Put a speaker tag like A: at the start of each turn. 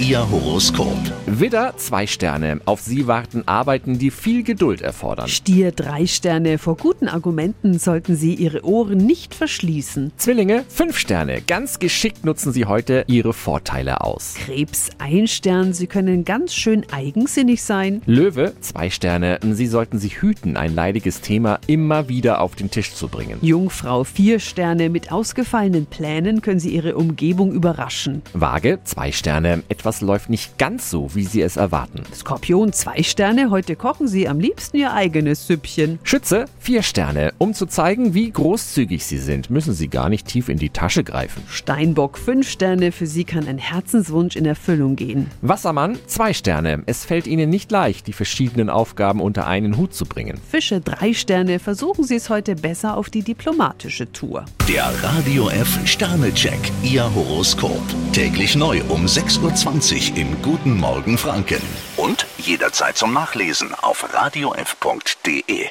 A: Ihr Horoskop.
B: Widder, zwei Sterne. Auf Sie warten Arbeiten, die viel Geduld erfordern.
C: Stier drei Sterne. Vor guten Argumenten sollten Sie Ihre Ohren nicht verschließen.
B: Zwillinge, fünf Sterne. Ganz geschickt nutzen Sie heute Ihre Vorteile aus.
C: Krebs ein Stern. Sie können ganz schön eigensinnig sein.
B: Löwe, zwei Sterne. Sie sollten sich hüten, ein leidiges Thema immer wieder auf den Tisch zu bringen.
C: Jungfrau vier Sterne. Mit ausgefallenen Plänen können Sie Ihre Umgebung überraschen.
B: Waage, zwei Sterne. Etwas läuft nicht ganz so, wie Sie es erwarten.
C: Skorpion zwei Sterne. Heute kochen Sie am liebsten Ihr eigenes Süppchen.
B: Schütze, vier Sterne. Um zu zeigen, wie großzügig Sie sind, müssen Sie gar nicht tief in die Tasche greifen.
C: Steinbock fünf Sterne. Für Sie kann ein Herzenswunsch in Erfüllung gehen.
B: Wassermann, zwei Sterne. Es fällt Ihnen nicht leicht, die verschiedenen Aufgaben unter einen Hut zu bringen.
C: Fische drei Sterne. Versuchen Sie es heute besser auf die diplomatische Tour.
A: Der Radio F Sternecheck. Ihr Horoskop. Täglich neu um 6.20 Uhr im Guten Morgen Franken. Und jederzeit zum Nachlesen auf radiof.de.